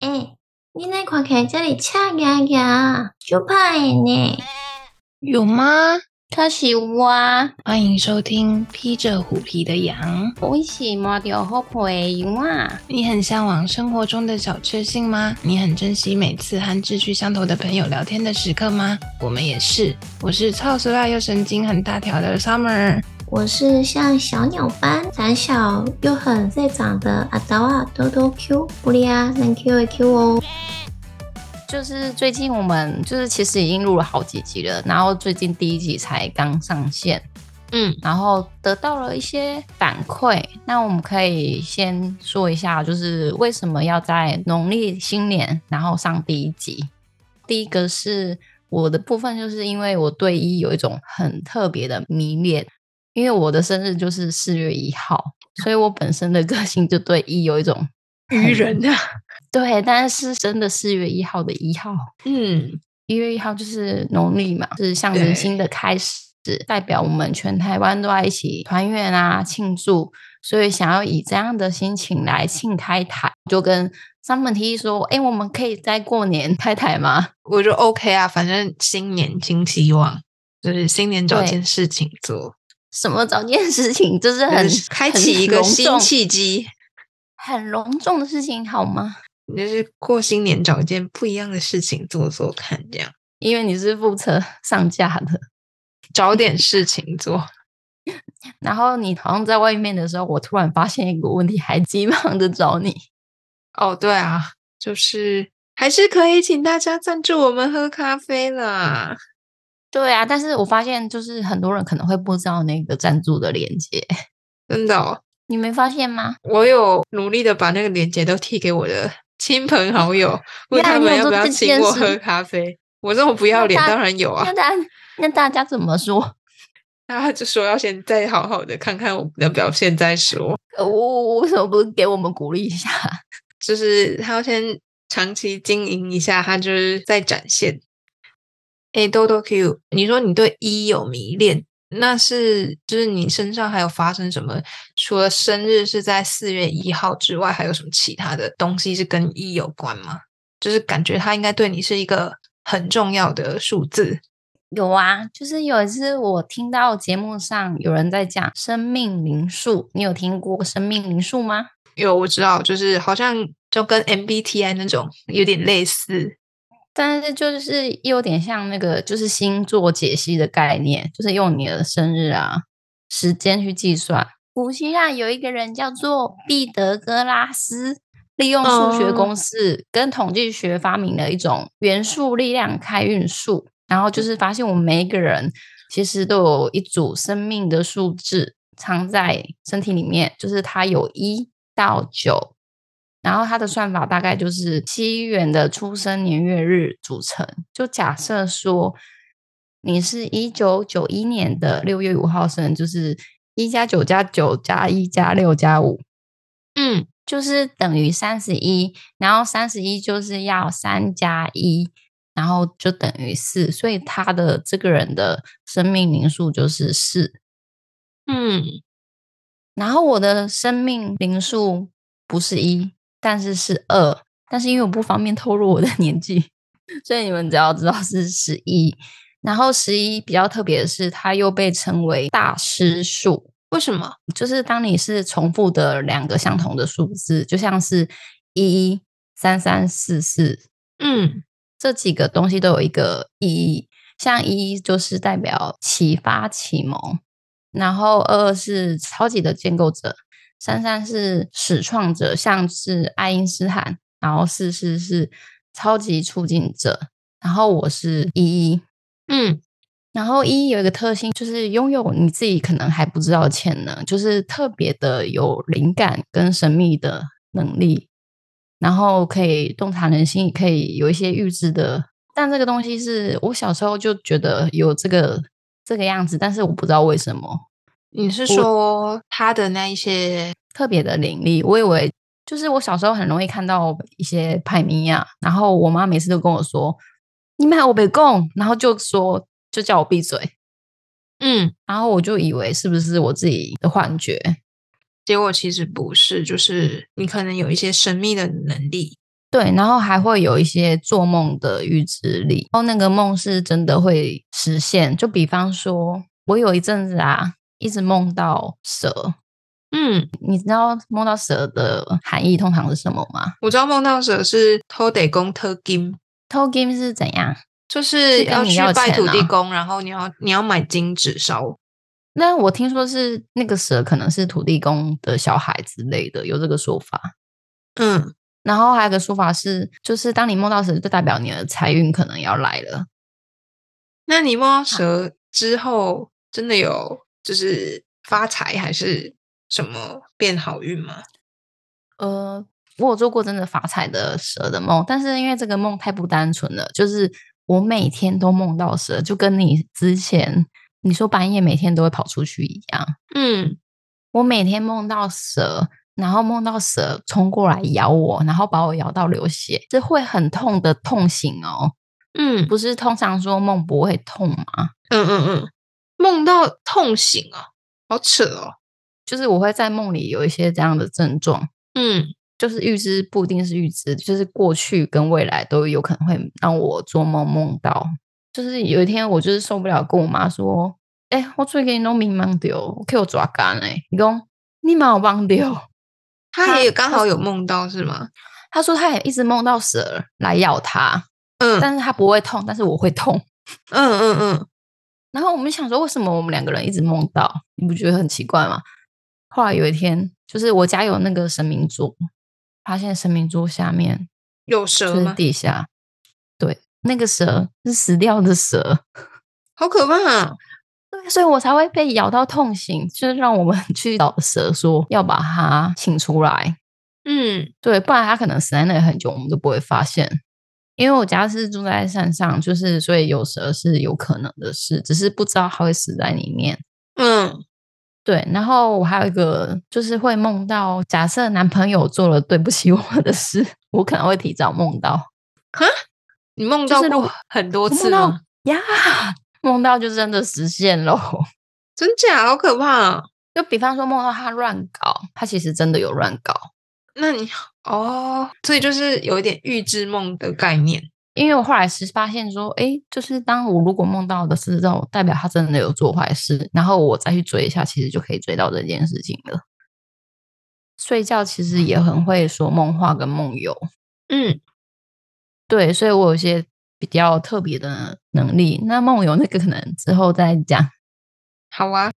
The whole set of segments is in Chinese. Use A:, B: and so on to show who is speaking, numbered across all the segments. A: 哎、你那看起来这里赤牙牙，就怕的呢。
B: 有吗？
A: 可是我，
B: 欢迎收听《披着虎皮的羊》。
A: 我是摸着好皮的羊啊。
B: 你很向往生活中的小确幸吗？你很珍惜每次和志趣相投的朋友聊天的时刻吗？我们也是。我是超时辣又神经很大条的 Summer。
A: 我是像小鸟般胆小又很在长的阿达啊，多多 Q，不利啊，能 Q 一 Q 哦。
C: 就是最近我们就是其实已经录了好几集了，然后最近第一集才刚上线，
B: 嗯，
C: 然后得到了一些反馈。那我们可以先说一下，就是为什么要在农历新年然后上第一集？第一个是我的部分，就是因为我对一有一种很特别的迷恋，因为我的生日就是四月一号，所以我本身的个性就对一有一种
B: 愚人啊，
C: 对，但是真的四月一号的一号。
B: 嗯，
C: 一月一号就是农历嘛，是象征新的开始，代表我们全台湾都在一起团圆啊庆祝，所以想要以这样的心情来庆开台，就跟三本提议说，哎、我们可以在过年开台吗？
B: 我就 OK 啊，反正新年新希望，就是新年找
C: 对
B: 件事情做，
C: 什么找件事情，这是很
B: 就是嗯开
C: 很
B: 启一个
C: 隆
B: 新
C: 重
B: 契机，
C: 很隆重的事情好吗？
B: 就是过新年找一件不一样的事情做做看，这样
C: 因为你是负责上架的，
B: 找点事情做。
C: 然后你好像在外面的时候，我突然发现一个问题，还急忙的找你。
B: 哦，对啊，就是还是可以请大家赞助我们喝咖啡啦。
C: 对啊，但是我发现就是很多人可能会不知道那个赞助的链接，
B: 真的、哦，
C: 你没发现吗？
B: 我有努力的把那个链接都贴给我的亲朋好友，问
C: 呀
B: 他
C: 你
B: 们
C: 有
B: 要
C: 做
B: 不要
C: 这
B: 请
C: 件
B: 我
C: 事
B: 喝咖啡。我这么不要
C: 那
B: 脸，
C: 他
B: 当然有啊
C: 那。大那大家怎么说？
B: 那他就说要先再好好的看看我们的表现再说，
C: 可恶，为什么不给呃我们鼓励一下？
B: 就是他要先长期经营一下，他就是在展现。哎，豆豆 Q，你说你对一有迷恋，那是就是你身上还有发生什么？除了生日是在四月一号之外，还有什么其他的东西是跟一有关吗？就是感觉它应该对你是一个很重要的数字。
C: 有啊，就是有一次我听到节目上有人在讲生命灵数，你有听过生命灵数吗？
B: 因为我知道，就是好像就跟 MBTI 那种有点类似，
C: 但是就是又有点像那个就是星座解析的概念，就是用你的生日啊时间去计算。古希腊有一个人叫做毕德哥拉斯，利用数学公式跟统计学发明了一种元素力量开运术，然后就是发现我们每一个人其实都有一组生命的数字藏在身体里面，就是它有一到九然后它的算法大概就是西元的出生年月日组成。就假设说你是一九九一年的六月五号生，就是一加九加九加一加六加五，
B: 嗯，
C: 就是等于三十一。然后三十一就是要三加一，然后就等于四。所以他的这个人的生命灵数就是四。
B: 嗯，
C: 然后我的生命灵数不是一，但是是二，但是因为我不方便透露我的 年纪，所以你们只要知道是十一。然后十一比较特别的是，它又被称为大师数，
B: 为什么？
C: 就是当你是重复的两个相同的数字，就像是一三三四四
B: 嗯
C: 这几个东西都有一个意义，像一就是代表启发启蒙，然后二是超级的建构者，三三是始创者，像是爱因斯坦，然后四四是超级促进者，然后我是一一，
B: 嗯
C: 然后一有一个特性，就是拥有你自己可能还不知道的潜能，就是特别的有灵感跟神秘的能力，然后可以洞察人心，也可以有一些预知的。但这个东西是我小时候就觉得有这个这个样子，但是我不知道为什么
B: 你是说他的那一些
C: 特别的伶俐。我以为就是我小时候很容易看到一些派米亚，然后我妈每次都跟我说：“你买我北贡”，然后就说就叫我闭嘴。
B: 嗯，
C: 然后我就以为是不是我自己的幻觉？
B: 结果其实不是，就是你可能有一些神秘的能力。
C: 对，然后还会有一些做梦的预知力，然后那个梦是真的会实现。就比方说，我有一阵子啊，一直梦到蛇，
B: 嗯，
C: 你知道梦到蛇的含义通常是什么吗
B: 我知道梦到蛇是偷得公偷金，
C: 偷金是怎样？
B: 就是
C: 是跟
B: 要哦
C: 你
B: 去
C: 要
B: 拜
C: 钱
B: 土地
C: 啊
B: 公，然后你要你要买金纸烧。
C: 那我听说是那个蛇可能是土地公的小孩之类的，有这个说法。
B: 嗯，
C: 然后还有个说法是，就是当你梦到蛇，就代表你的财运可能要来了。
B: 那你梦到蛇之后，真的有就是发财还是什么变好运吗？
C: 呃，我有做过真的发财的蛇的梦，但是因为这个梦太不单纯了，就是我每天都梦到蛇，就跟你之前你说半夜每天都会跑出去一样。
B: 嗯，
C: 我每天梦到蛇，然后梦到蛇冲过来咬我，然后把我咬到流血，这会很痛的痛醒哦。
B: 嗯
C: 不是通常说梦不会痛吗？
B: 嗯嗯嗯，梦到痛醒哦，好扯哦。
C: 就是我会在梦里有一些这样的症状，
B: 嗯
C: 就是预知不一定是预知，就是过去跟未来都有可能会让我做梦梦到。就是有一天我就是受不了，跟我妈说：“哎、我最近都迷茫掉，我给我抓干嘞。”你讲你把我忘掉。
B: 他
C: 他
B: 也刚好有梦到是吗？
C: 她说她也一直梦到蛇来咬她，
B: 嗯嗯
C: 但是她不会痛，但是我会痛。
B: 嗯嗯，
C: 然后我们想说，为什么我们两个人一直梦到？你不觉得很奇怪吗？后来有一天，就是我家有那个神明桌，发现神明桌下面
B: 有
C: 就
B: 蛇
C: 是
B: 吗？
C: 地下，对，那个蛇是死掉的蛇，
B: 好可怕、啊！
C: 对，所以我才会被咬到痛醒，就是让我们 去找蛇说要把它请出来，
B: 嗯
C: 对，不然它可能死在那里很久，我们都不会发现。因为我家是住在山上，就是所以有蛇是有可能的事，只是不知道它会死在里面。
B: 嗯
C: 对，然后我还有一个就是会梦到，假设男朋友做了对不起我的事，我可能会提早梦到，
B: 哈，你梦
C: 就
B: 到
C: 是如
B: 过很多
C: 我
B: 次
C: 梦到
B: 吗？
C: 呀，梦到就真的实现喽。
B: 真假？好可怕、啊！
C: 就比方说梦到他乱搞，他其实真的有乱搞，
B: 那你哦，所以就是有一点预知梦的概念。
C: 因为我后来是发现说，诶，就是当我如果梦到的是这种，代表他真的有做坏事，然后我再去追一下，其实就可以追到这件事情了。睡觉其实也很会说梦话跟梦游，
B: 嗯
C: 对，所以我有一些比较特别的能力。那梦游那个可能之后再讲。
B: 好啊，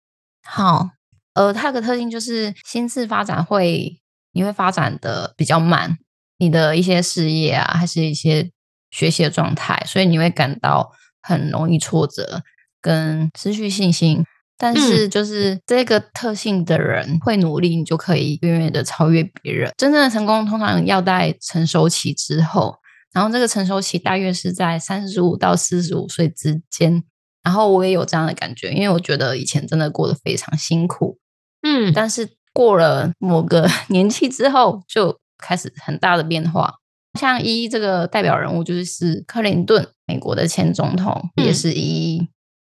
C: 好，呃，它有个特性就是心智发展会，你会发展的比较慢，你的一些事业啊，还是一些学习的状态，所以你会感到很容易挫折跟失去信心。但是，就是这个特性的人会努力，你就可以远远的超越别人。真正的成功通常要在成熟期之后，然后这个成熟期大约是在三十五到四十五岁之间。然后我也有这样的感觉，因为我觉得以前真的过得非常辛苦，
B: 嗯
C: 但是过了某个 年纪之后，就开始很大的变化。像一一这个代表人物就是克林顿，美国的前总统，也
B: 嗯
C: 是一一。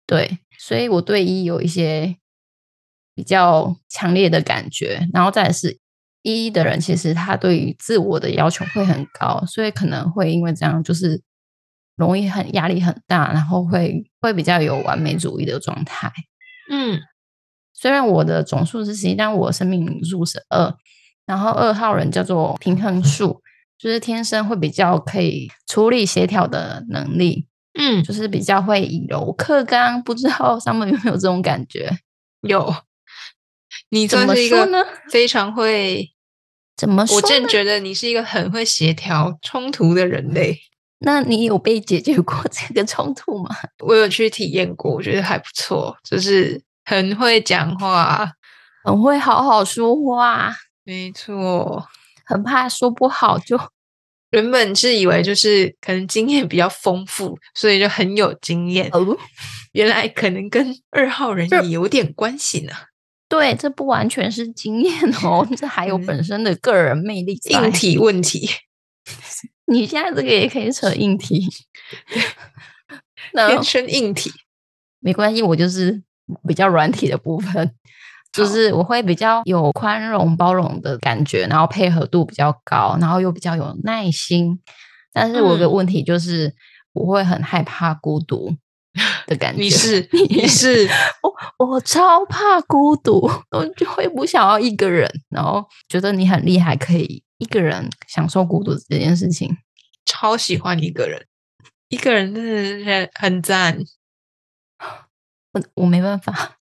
C: 对，所以我对一有一些比较强烈的感觉。然后再来是一一的人，其实他对于自我的要求会很高，所以可能会因为这样就是容易很压力很大，然后会会比较有完美主义的状态。
B: 嗯
C: 虽然我的总数是十一，但我生命数是二，然后二号人叫做平衡数，就是天生会比较可以处理协调的能力，
B: 嗯，
C: 就是比较会以柔克刚。不知道上面有没有这种感觉？
B: 有。你
C: 怎
B: 算
C: 么
B: 是一
C: 说
B: 个
C: 呢
B: 非常会，
C: 怎么说
B: 我真
C: 呢？
B: 觉得你是一个很会协调冲突的人类。
C: 那你有被解决过这个冲突吗？
B: 我有去体验过，我觉得还不错，就是很会讲话。
C: 很会好好说话，
B: 没错，
C: 很怕说不好就
B: 原本是以为就是可能经验比较丰富，所以就很有经验。
C: 哦。
B: 原来可能跟二号人
C: 这
B: 也有点关系呢，
C: 对，这不完全是经验哦，这还有
B: 嗯
C: 本身的个人魅力在。
B: 硬体问题。
C: 你现在这个也可以扯硬题。那
B: 天生硬体。
C: 没关系，我就是比较软体的部分。就是我会比较有宽容包容的感觉，然后配合度比较高，然后又比较有耐心。但是我有个
B: 嗯
C: 问题就是，我会很害怕孤 独的感觉。
B: 你是你是，
C: 我，我超怕孤独， 我就会不想要一个人，然后觉得你很厉害，可以一个人享受孤独这件事情。
B: 超喜欢一个人，一个人真的是很赞。
C: 我我没办法。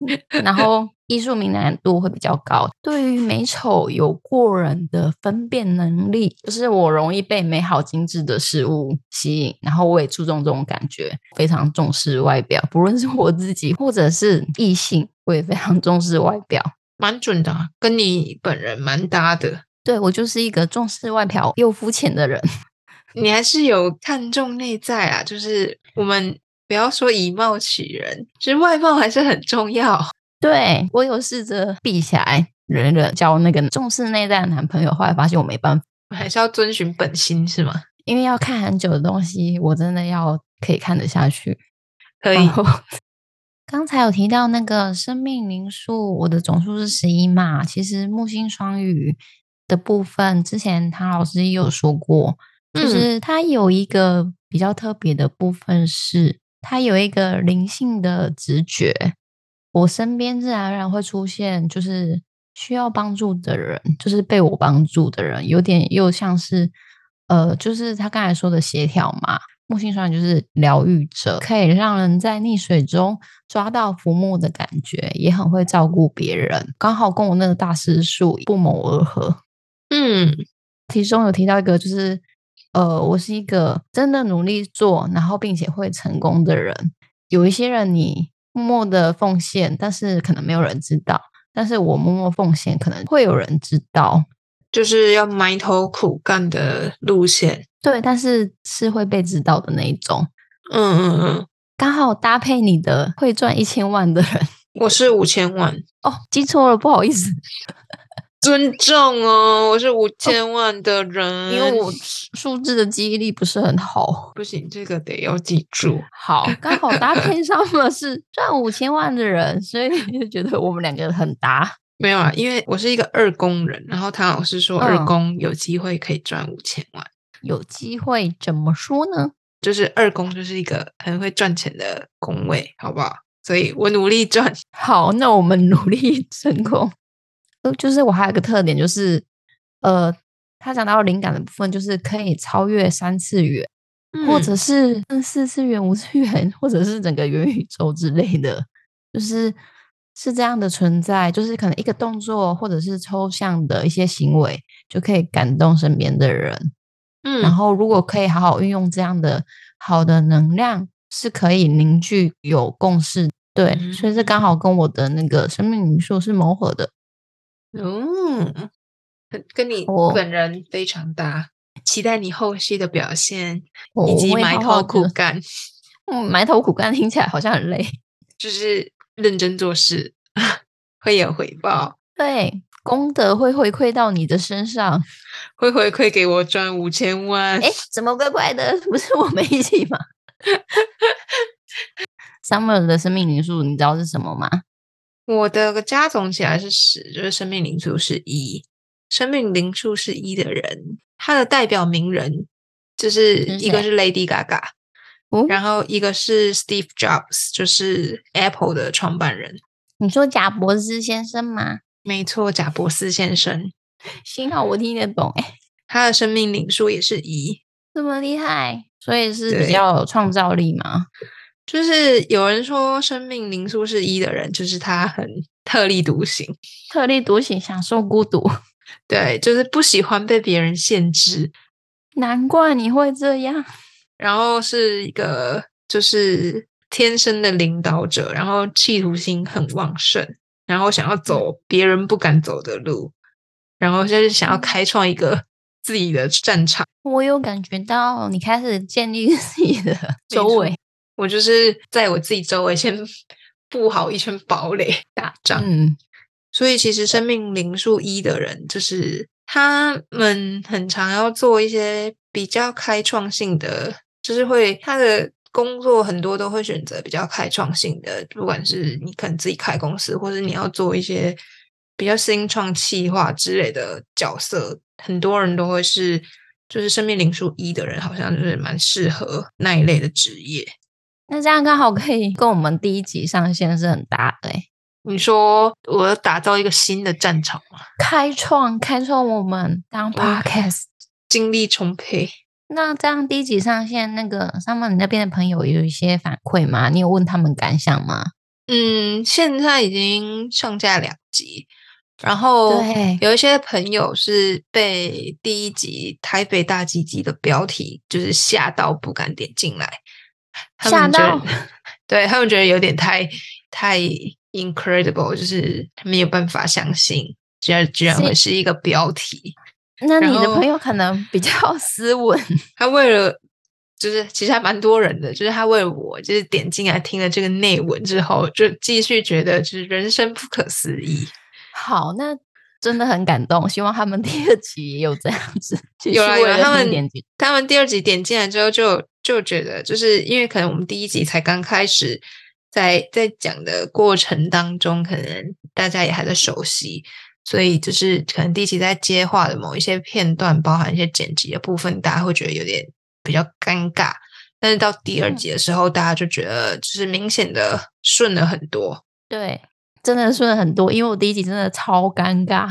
C: 然后艺术敏感度会比较高，对于美丑有过人的分辨能力，就是我容易被美好精致的事物吸引，然后我也注重这种感觉，非常重视外表，不论是我自己或者是异性，我也非常重视外表。
B: 蛮准的啊、跟你本人蛮搭的。
C: 对我就是一个重视外表又肤浅的人，
B: 你还是有看重内在啊，就是我们不要说以貌取人，其实外貌还是很重要。
C: 对我有试着避起来，忍忍交那个重视内在的男朋友，后来发现我没办法。
B: 还是要遵循本心是吗？
C: 因为要看很久的东西，我真的要可以看得下去。
B: 可以，
C: 然后刚才有提到那个生命灵数，我的总数是十一嘛。其实木星双鱼的部分，之前唐老师也有说过，就
B: 嗯
C: 是它有一个比较特别的部分是，它有一个灵性的直觉。我身边自然而然会出现，就是需要帮助的人，就是被我帮助的人，有点又像是，呃，就是他刚才说的协调嘛。木星双鱼就是疗愈者，可以让人在溺水中抓到浮木的感觉，也很会照顾别人，刚好跟我那个大师术不谋而合。
B: 嗯，
C: 其中有提到一个，就是呃，我是一个真的努力做，然后并且会成功的人。有一些人你默默的奉献，但是可能没有人知道；但是我默默奉献，可能会有人知道。
B: 就是要埋头苦干的路线。
C: 对，但是是会被知道的那一种。
B: 嗯嗯嗯，
C: 刚好搭配你的会赚一千万的人
B: 我是五千万，
C: 哦，记错了，不好意思，
B: 尊重哦，我是五千万的人，
C: 因为我数数字的记忆力不是很好。
B: 不行，这个得要记住。
C: 好，刚好搭配上的是赚五千万的人，所以 就觉得我们两个很搭。
B: 没有啊，因为我是一个二工人，然后唐老师说
C: 嗯
B: 二工有机会可以赚五千万，
C: 有机会怎么说呢？
B: 就是二工就是一个很会赚钱的工位，好不好？所以我努力赚，
C: 好，那我们 努力成功。呃，就是我还有一个特点，就是呃，他讲到灵感的部分，就是可以超越三次元，或者是嗯四次元、五次元，或者是整个元宇宙之类的，就是是这样的存在。就是可能一个动作，或者是抽象的一些行为，就可以感动身边的人。
B: 嗯
C: 然后如果可以好好运用这样的好的能量，是可以凝聚有共识。对，所以这刚好跟我的那个生命语数是谋合的。
B: 嗯，很跟你
C: 我
B: 本人非常搭，期待你后续的表现
C: 哦我
B: 以及
C: 会
B: 埋
C: 好好
B: 头苦
C: 的
B: 干，
C: 嗯，埋头苦干听起来好像很累。
B: 就是认真做事，会有回报，
C: 对，功德会回馈到你的身 上。
B: 会回馈给我赚五千万。
C: 哎，怎么怪怪的？ 不是我们一起吗？Summer 的生命灵数你知道是什么吗？
B: 我的加总起来是十，就是生命灵数是一，生命灵数是一的人，他的代表名人就是
C: 是
B: 一个
C: 谁
B: 是 Lady Gaga，、
C: 嗯哦
B: 然后一个是 Steve Jobs，就是 Apple 的创办人，
C: 你说贾博士先生吗？
B: 没错，贾伯斯先生，
C: 幸好我听得懂。哎，
B: 他的生命灵数也是一，
C: 这么厉害，所以是比
B: 对
C: 较有创造力嘛。
B: 就是有人说生命灵数是一的人，就是他很特立独行，
C: 特立独行，享受孤独。
B: 对，就是不喜欢被别人限制，
C: 难怪你会这样，
B: 然后是一个就是天生的领导者，然后企图心很旺盛，然后想要
C: 嗯
B: 走别人不敢走的路，然后就是想要
C: 嗯
B: 开创一个自己的战场。
C: 我有感觉到你开始建立 自己的周
B: 错
C: 围。
B: 我就是在我自己周围先 布好一圈堡垒打仗，
C: 嗯，
B: 所以其实生命灵数一的人，就是他们很常要做一些比较开创性的，就是会他的工作很多都会选择比较开创性的，不管是你可能自己开公司，或者你要做一些比较新创企划之类的角色，很多人都会是就是生命灵数一的人，好像就是蛮适合那一类的职业。
C: 那这样刚好可以跟我们第一集上线是很搭的、欸，
B: 你说我要打造一个新的战场吗？
C: 开创开创我们当
B: 哇
C: podcast。
B: 精力充沛，
C: 那这样第一集上线，那个上面你那边的朋友有一些反馈吗？你有问他们感想吗？
B: 嗯，现在已经上架两集，然后
C: 对
B: 有一些朋友是被第一集《台北大鸡鸡》的标题就是吓到不敢点进来，他
C: 吓
B: 们觉
C: 到
B: 得， 对他们觉得有点太太 incredible，就是没有办法相信，居然居然
C: 所以
B: 会是一个标题。
C: 那
B: 然
C: 你的
B: 后
C: 朋友可能比较 斯文，
B: 他为了就是其实还蛮多人的，就是他为了我就是点进来听了这个内文之后，就继续觉得就是人生不可思议。
C: 好，那真的很感动。希望他们 第二集也有这样子，继
B: 有
C: 续
B: 啦有
C: 为
B: 啦
C: 了
B: 他
C: 听
B: 们
C: 点击
B: 他们第二集点进来之后就，就觉得，就是因为可能我们第一集才刚开始在，在讲的过程当中，可能大家也还在熟悉，所以就是可能第一集在接话的某一些片段，包含一些剪辑的部分，大家会觉得有点比较尴尬。但是到第二
C: 嗯
B: 集的时候，大家就觉得就是明显的顺了很多，
C: 对，真的顺了很多，因为我第一集真的超尴尬。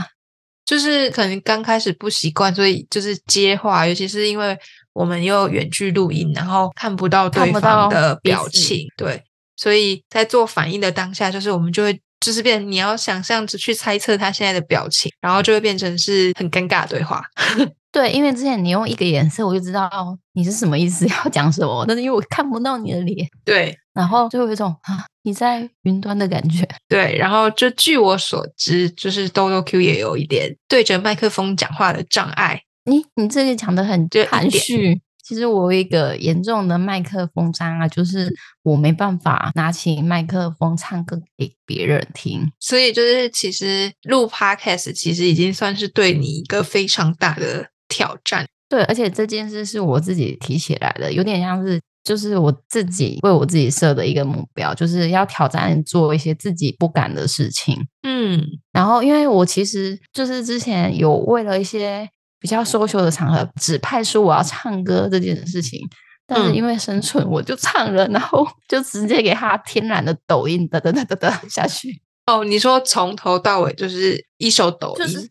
B: 就是可能刚开始不习惯，所以就是接话，尤其是因为我们又远距录音，然后看不到
C: 看
B: 对
C: 不
B: 方
C: 到
B: 的
C: 彼
B: 表
C: 此
B: 情，对，所以在做反应的当下，就是我们就会就是变，你要想象着去猜测他现在的表情，然后就会变成是很尴尬的对话。
C: 对，因为之前你用一个颜色，我就知道你是什么意思， 要讲什么，但是因为我看不到你的脸，
B: 对
C: 然后就会有一种啊你在云端的感觉。
B: 对，然后就据我所知，就是豆豆 Q 也有一点对着麦克风讲话的障碍，
C: 你你这个讲的很
B: 就一
C: 含
B: 点
C: 蓄。其实我有一个严重的麦克风障碍，就是我没办法拿起麦克风唱歌给别人听。
B: 所以就是其实录 podcast 其实已经算是对你一个非常大的挑战。
C: 对，而且这件事是我自己提起来的，有点像是就是我自己为我自己设的一个目标，就是要挑战做一些自己不敢的事情。
B: 嗯，
C: 然后，因为我其实就是之前有为了一些比较 social 的场合，指派说我要唱歌这件事情，但是
B: 嗯
C: 因为生存，我就唱了，然后就直接给他天然的抖音哒哒哒哒哒下去，
B: 哦，你说从头到尾就是一首抖音，
C: 就是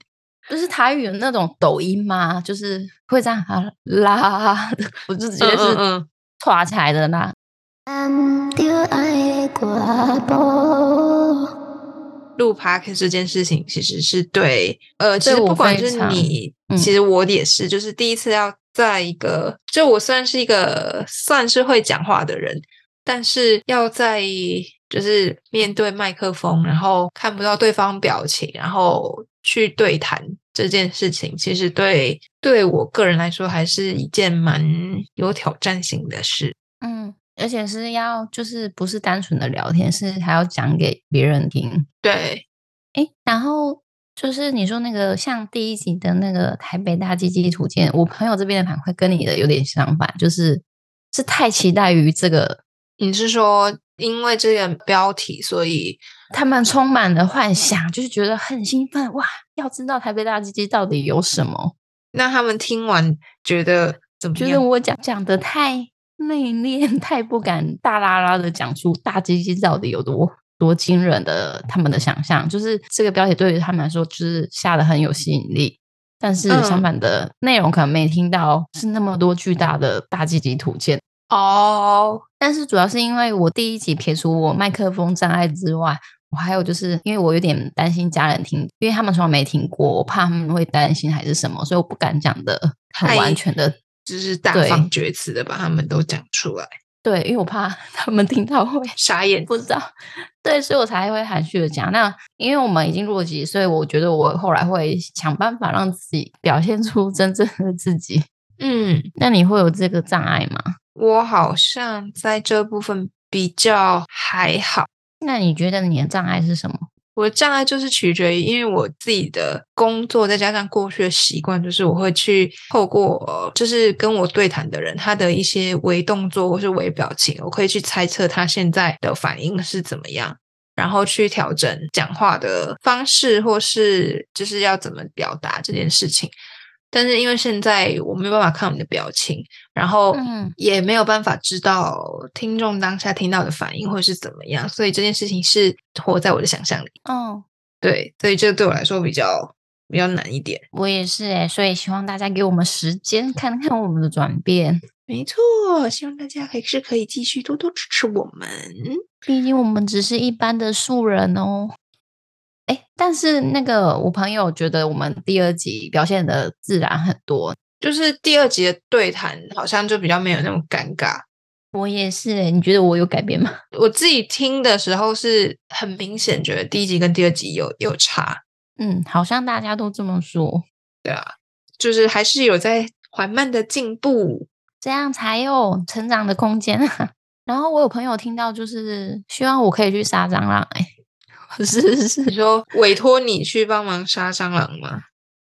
C: 就是台语的那种抖音嘛，就是会这样啊啦， 我就直接
B: 嗯
C: 是
B: 嗯嗯，
C: 垮起来的啦。
A: 咱着爱歌步，
B: 录 p o d 这件事情其实是对，呃，其
C: 对
B: 实
C: 我
B: 不管
C: 非
B: 是
C: 常
B: 你，
C: 嗯
B: 其实我也是，就是第一次要在一个，就我虽然是一个算是会讲话的人，但是要在就是面对麦克风，然后看不到对方表情，然后去对谈这件事情，其实对对我个人来说还是一件蛮有挑战性的事。
C: 嗯，而且是要就是不是单纯的聊天，是还要讲给别人听。
B: 对，
C: 诶，然后就是你说那个像第一集的那个台北大鸡鸡图鉴，我朋友这边的反馈跟你的有点相反，就是是太期待于这个，
B: 你是说因为这个标题，所以
C: 他们充满了幻想，就是觉得很兴奋哇，要知道台北大鸡鸡到底有什么，
B: 那他们听完觉得怎么
C: 觉得
B: 样？
C: 我讲讲的太内敛， 太不敢大啦啦的讲出大鸡鸡到底有多多惊人的他们的想象，就是这个标题对于他们来说就是下的很有吸引力，但是相
B: 嗯
C: 反的内容可能没听到是那么多巨大的大鸡鸡图鉴。
B: 哦，
C: 但是主要是因为我第一集撇除我麦克风障碍之外，我还有就是因为我有点担心家人听，因为他们从来没听过，我怕他们会担心还是什么，所以我不敢讲的很
B: 太
C: 完全的
B: 就是大
C: 对
B: 放厥词的把他们都讲出来，
C: 对，因为我怕 他们听到会
B: 傻眼。
C: 不知道，对，所以我才会含蓄的讲。那因为我们已经落籍，所以我觉得我后来会想办法让自己表现出真正的自己。
B: 嗯，
C: 那你会有这个障碍吗？
B: 我好像在这部分比较还好。
C: 那你觉得你的障碍是什么？
B: 我的障碍就是取决于，因为我自己的工作，再加上过去的习惯，就是我会去透过呃就是跟我对谈的人他的一些微动作或是微表情，我可以去猜测他现在的反应是怎么样，然后去调整讲话的方式，或是就是要怎么表达这件事情。但是因为现在我没有办法看我们的表情，然后
C: 嗯
B: 也没有办法知道听众当下听到的反应会是怎么样，所以这件事情是活在我的想象里。
C: 哦，
B: 对，所以这对我来说比较比较难一点。
C: 我也是哎、所以希望大家给我们时间，看看我们的转变。
B: 没错，希望大家还是可以继续多多支持我们。
C: 毕竟我们只是一般的素人哦。哎，但是那个我朋友觉得我们第二集表现的自然很多，
B: 就是第二集的对谈好像就比较没有那种尴尬。
C: 我也是哎、你觉得我有改变吗？
B: 我自己听的时候是很明显觉得第一集跟第二集有有差，
C: 嗯，好像大家都这么说，
B: 对啊，就是还是有在缓慢的进步。
C: 这样才有成长的空间啊。 然后我有朋友听到，就是希望我可以去杀蟑螂、欸，哎，是 是
B: 你
C: 是，
B: 说委托你去帮忙杀蟑螂吗？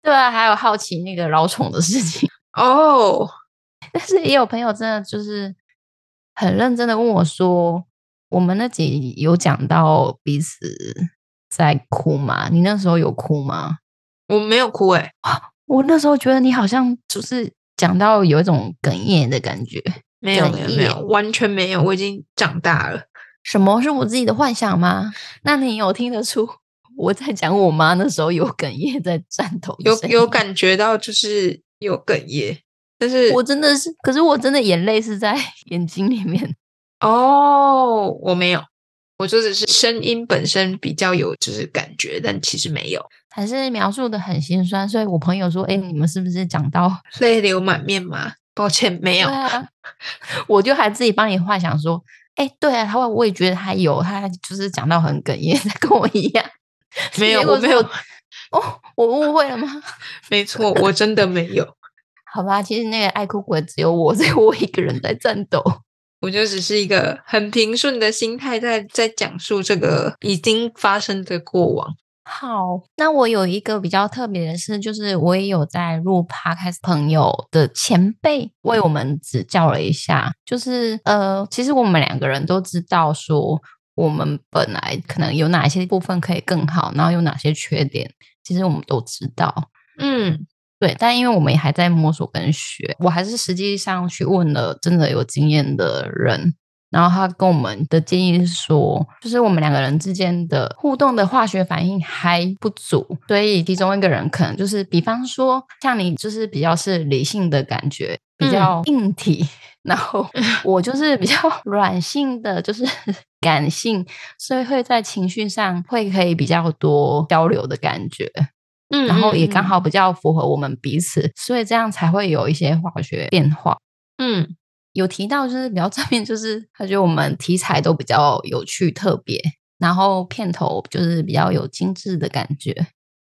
C: 对啊，还有好奇那个老虫的事情，
B: 哦、
C: 但是也有朋友真的就是很认真的问我说，我们那集有讲到彼此在哭吗？你那时候有哭吗？
B: 我没有哭诶、欸
C: 我那时候觉得你好像就是讲到有一种哽咽的感觉，
B: 没有没
C: 哽
B: 有没有，
C: 咽
B: 完全没有，我已经长大了。
C: 什么是我自己的幻想吗？那你有听得出 我在讲我妈那时候有哽咽在颤抖？
B: 有有，感觉到就是有哽咽，但是
C: 我真的是，可是我真的眼泪是在 眼睛里面。
B: 哦，我没有，我就只是声音本身比较有就是感觉，但其实没有，
C: 还是描述的很心酸，所以我朋友说：“哎、你们是不是讲到
B: 泪流满面吗？抱歉，没
C: 对
B: 有。
C: 啊？”我就还自己帮你幻想说：“哎、对啊，他我也觉得他有，他就是讲到很哽咽， 跟我一样。
B: 没有
C: 结果
B: 我没
C: 是
B: 有
C: 哦，我误会了吗？
B: 没错，我真的没有，
C: 好吧，其实那个爱哭鬼只有我，所以我一个人在战斗。
B: 我就只是一个很平顺的心态在在讲述这个已经发生的过往。
C: 好，那我有一个比较特别的事，就是我也有在录 podcast 朋友的前辈为我们指教了一下，就是呃，其实我们两个人都知道说我们本来可能有哪一些部分可以更好，然后有哪些缺点，其实我们都知道。
B: 嗯，
C: 对，但因为我们也还在摸索跟学，我还是实际上去问了真的有经验的人，然后他跟我们的建议是说，就是我们两个人之间的互动的化学反应还不足，所以其中一个人可能就是，比方说像你就是比较是理性的感觉，比较硬体，然后我就是比较 软性的，就是 感性，所以会在情绪上会可以比较多交流的感觉。
B: 嗯
C: 然后也刚
B: 嗯
C: 好比较符合我们彼此，所以这样才会有一些化学变化。
B: 嗯，
C: 有提到就是比较正面，就是他觉得我们题材都比较有趣特别，然后片头就是比较有精致的感觉。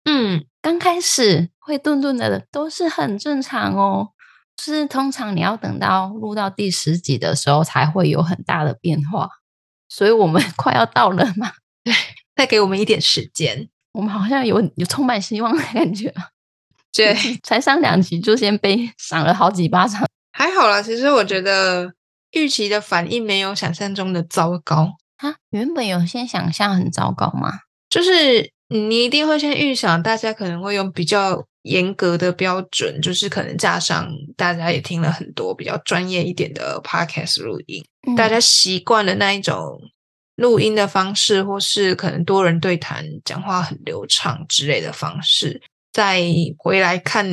B: 嗯，
C: 刚开始会顿顿的都是很正常哦，就是通常你要等到录到第十集的时候才会有很大的变化，所以我们 快要到了嘛，
B: 再给我们一点时间。
C: 我们好像有有充满希望的感觉。
B: 对，
C: 才上两集就先被赏了好几巴掌，
B: 还好啦。其实我觉得预期的反应没有想象中的糟糕，
C: 啊，原本有些想象很糟糕吗？
B: 就是你一定会先预想大家可能会用比较严格的标准，就是可能加上大家也听了很多比较专业一点的 podcast 录音，大家习惯了那一种。录音的方式，或是可能多人对谈、讲话很流畅之类的方式，再回来看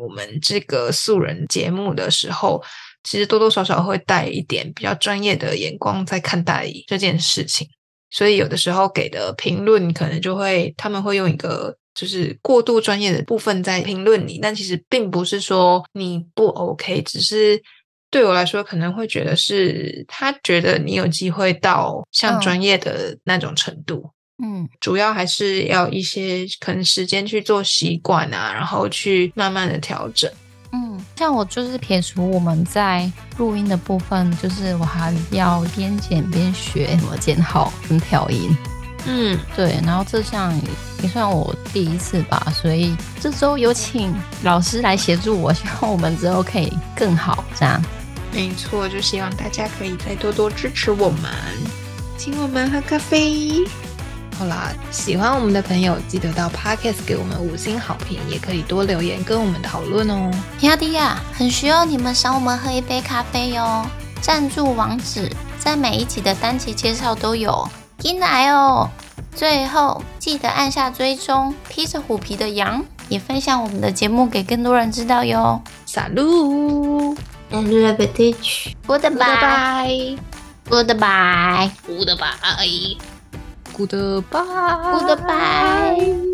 B: 我们这个素人节目的时候，其实多多少少会带一点比较专业的眼光在看待这件事情，所以有的时候给的评论可能就会他们会用一个。就是过度专业的部分在评论你，但其实并不是说你不 OK，只是对我来说可能会觉得是他觉得你有机会到像
C: 嗯
B: 专业的那种程度，
C: 嗯，
B: 主要还是要一些可能时间去做习惯啊，然后去慢慢的调整。
C: 嗯，像我就是撇除我们在录音的部分，就是我还要边剪边学怎么剪好跟调音，
B: 嗯，
C: 对，然后这项也也算我第一次吧，所以这周有请老师来协助我，希望我们之后可以更好。这样，
B: 没错，就希望大家可以再多多支持我们，请我们喝咖啡。好啦，喜欢我们的朋友记得到 Podcast 给我们五星好评，也可以多留言跟我们讨论哦。
A: 亚迪亚很需要你们赏我们喝一杯咖啡哟。赞助网址在每一集的单集介绍都有，进来哦。最后记得按下追踪，披着虎皮的羊也分享我们的节目给更多人知道哟。
B: 撒路，
A: And love it, teach.
B: 拜
A: Goodbye.
B: 拜
A: Goodbye.
C: ，Goodbye。
B: ，Goodbye，Goodbye。
A: Goodbye.